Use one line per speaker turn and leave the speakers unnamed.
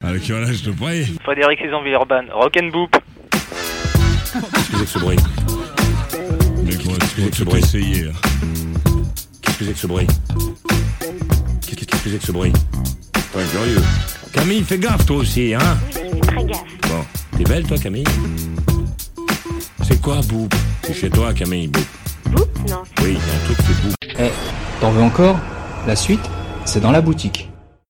Avec voilà, je te prie.
Frédéric Saison Villeurbanne, Rock'n'Boop.
Qu'est-ce que c'est que ce bruit
Mais quoi, tu
Qu'est-ce
vas
que ce
tout
bruit
essayer. hein.
Qu'est-ce que c'est que ce bruit Qu'est-ce que qu'est-ce que c'est que ce bruit Pas curieux. Camille, fais gaffe toi aussi, hein
Très gaffe. Hmm.
Bon. T'es belle toi, Camille C'est quoi, Boop C'est chez toi, Camille, Boop
Boop, non.
Oui, il y a un truc qui est Boop.
Eh, t'en veux encore La suite, c'est dans la boutique.